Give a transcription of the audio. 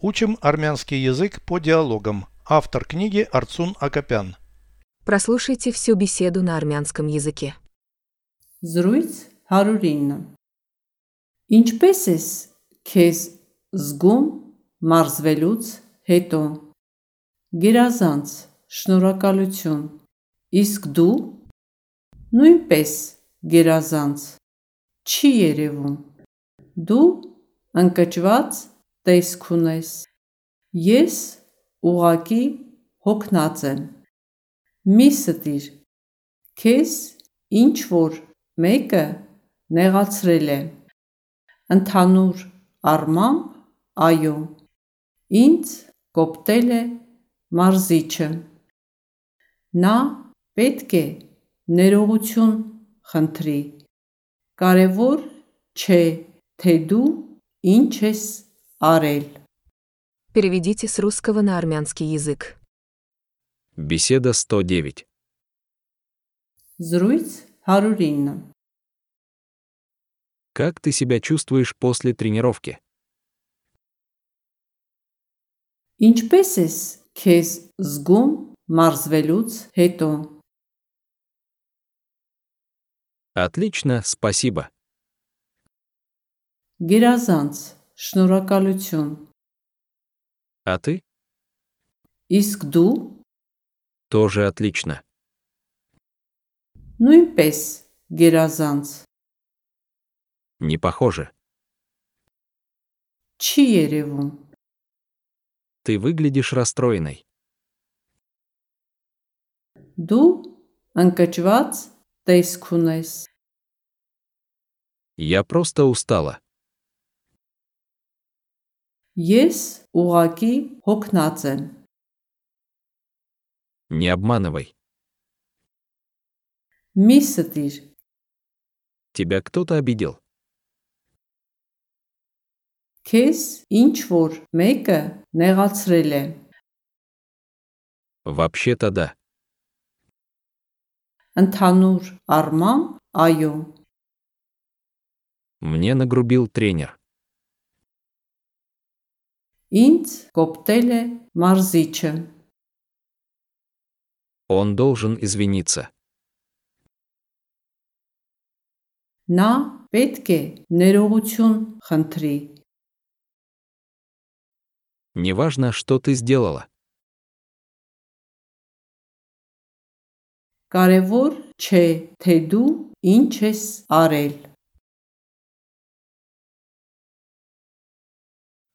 Учим армянский язык по диалогам. Автор книги Арцун Акопян. Прослушайте всю беседу на армянском языке. Զրույց 109 Ինչպե՞ս ես քեզ զգում մարզվելուց հետո Գերազանց շնորհակալություն Իսկ դու նույնպես գերազանց չի երևում Դու ընկճված տեսք ունես Ես ուղակի հոգնած եմ Մի ստիր քեզ ինչ որ մեկը նեղացրել է ընդհանուր առմամբ այո ինձ կոպտել է մարզիչը նա պետք է ներողություն խնդրի կարևոր չէ թե դու ինչ ես արել Переведите с русского на армянский язык. Беседа 109. զրույց 109 Как ты себя чувствуешь после тренировки? ինչպես ես քեզ զգում մարզվելուց հետո Отлично, спасибо. գերազանց շնորհակալություն А ты? իսկ դու Тоже отлично. նույնպես գերազանց Не похоже. չի երևում Ты выглядишь расстроенной. Դու ընկճված տեսք ունես։ Я просто устала. Ես ուղակի հոգնած եմ։ Не обманывай. Մի ստիր, Тебя кто-то обидел. քեզ ինչ որ մեկը նեղացրել է։ Вообще-то да. Ընդհանուր առմամբ այո, Мне нагрубил тренер. ինձ կոպտել է մարզիչը։ Он должен извиниться. Նա պետք է ներողություն խնդրի։ Неважно, что ты сделала. Կարևոր չէ, թե դու ինչ ես արել։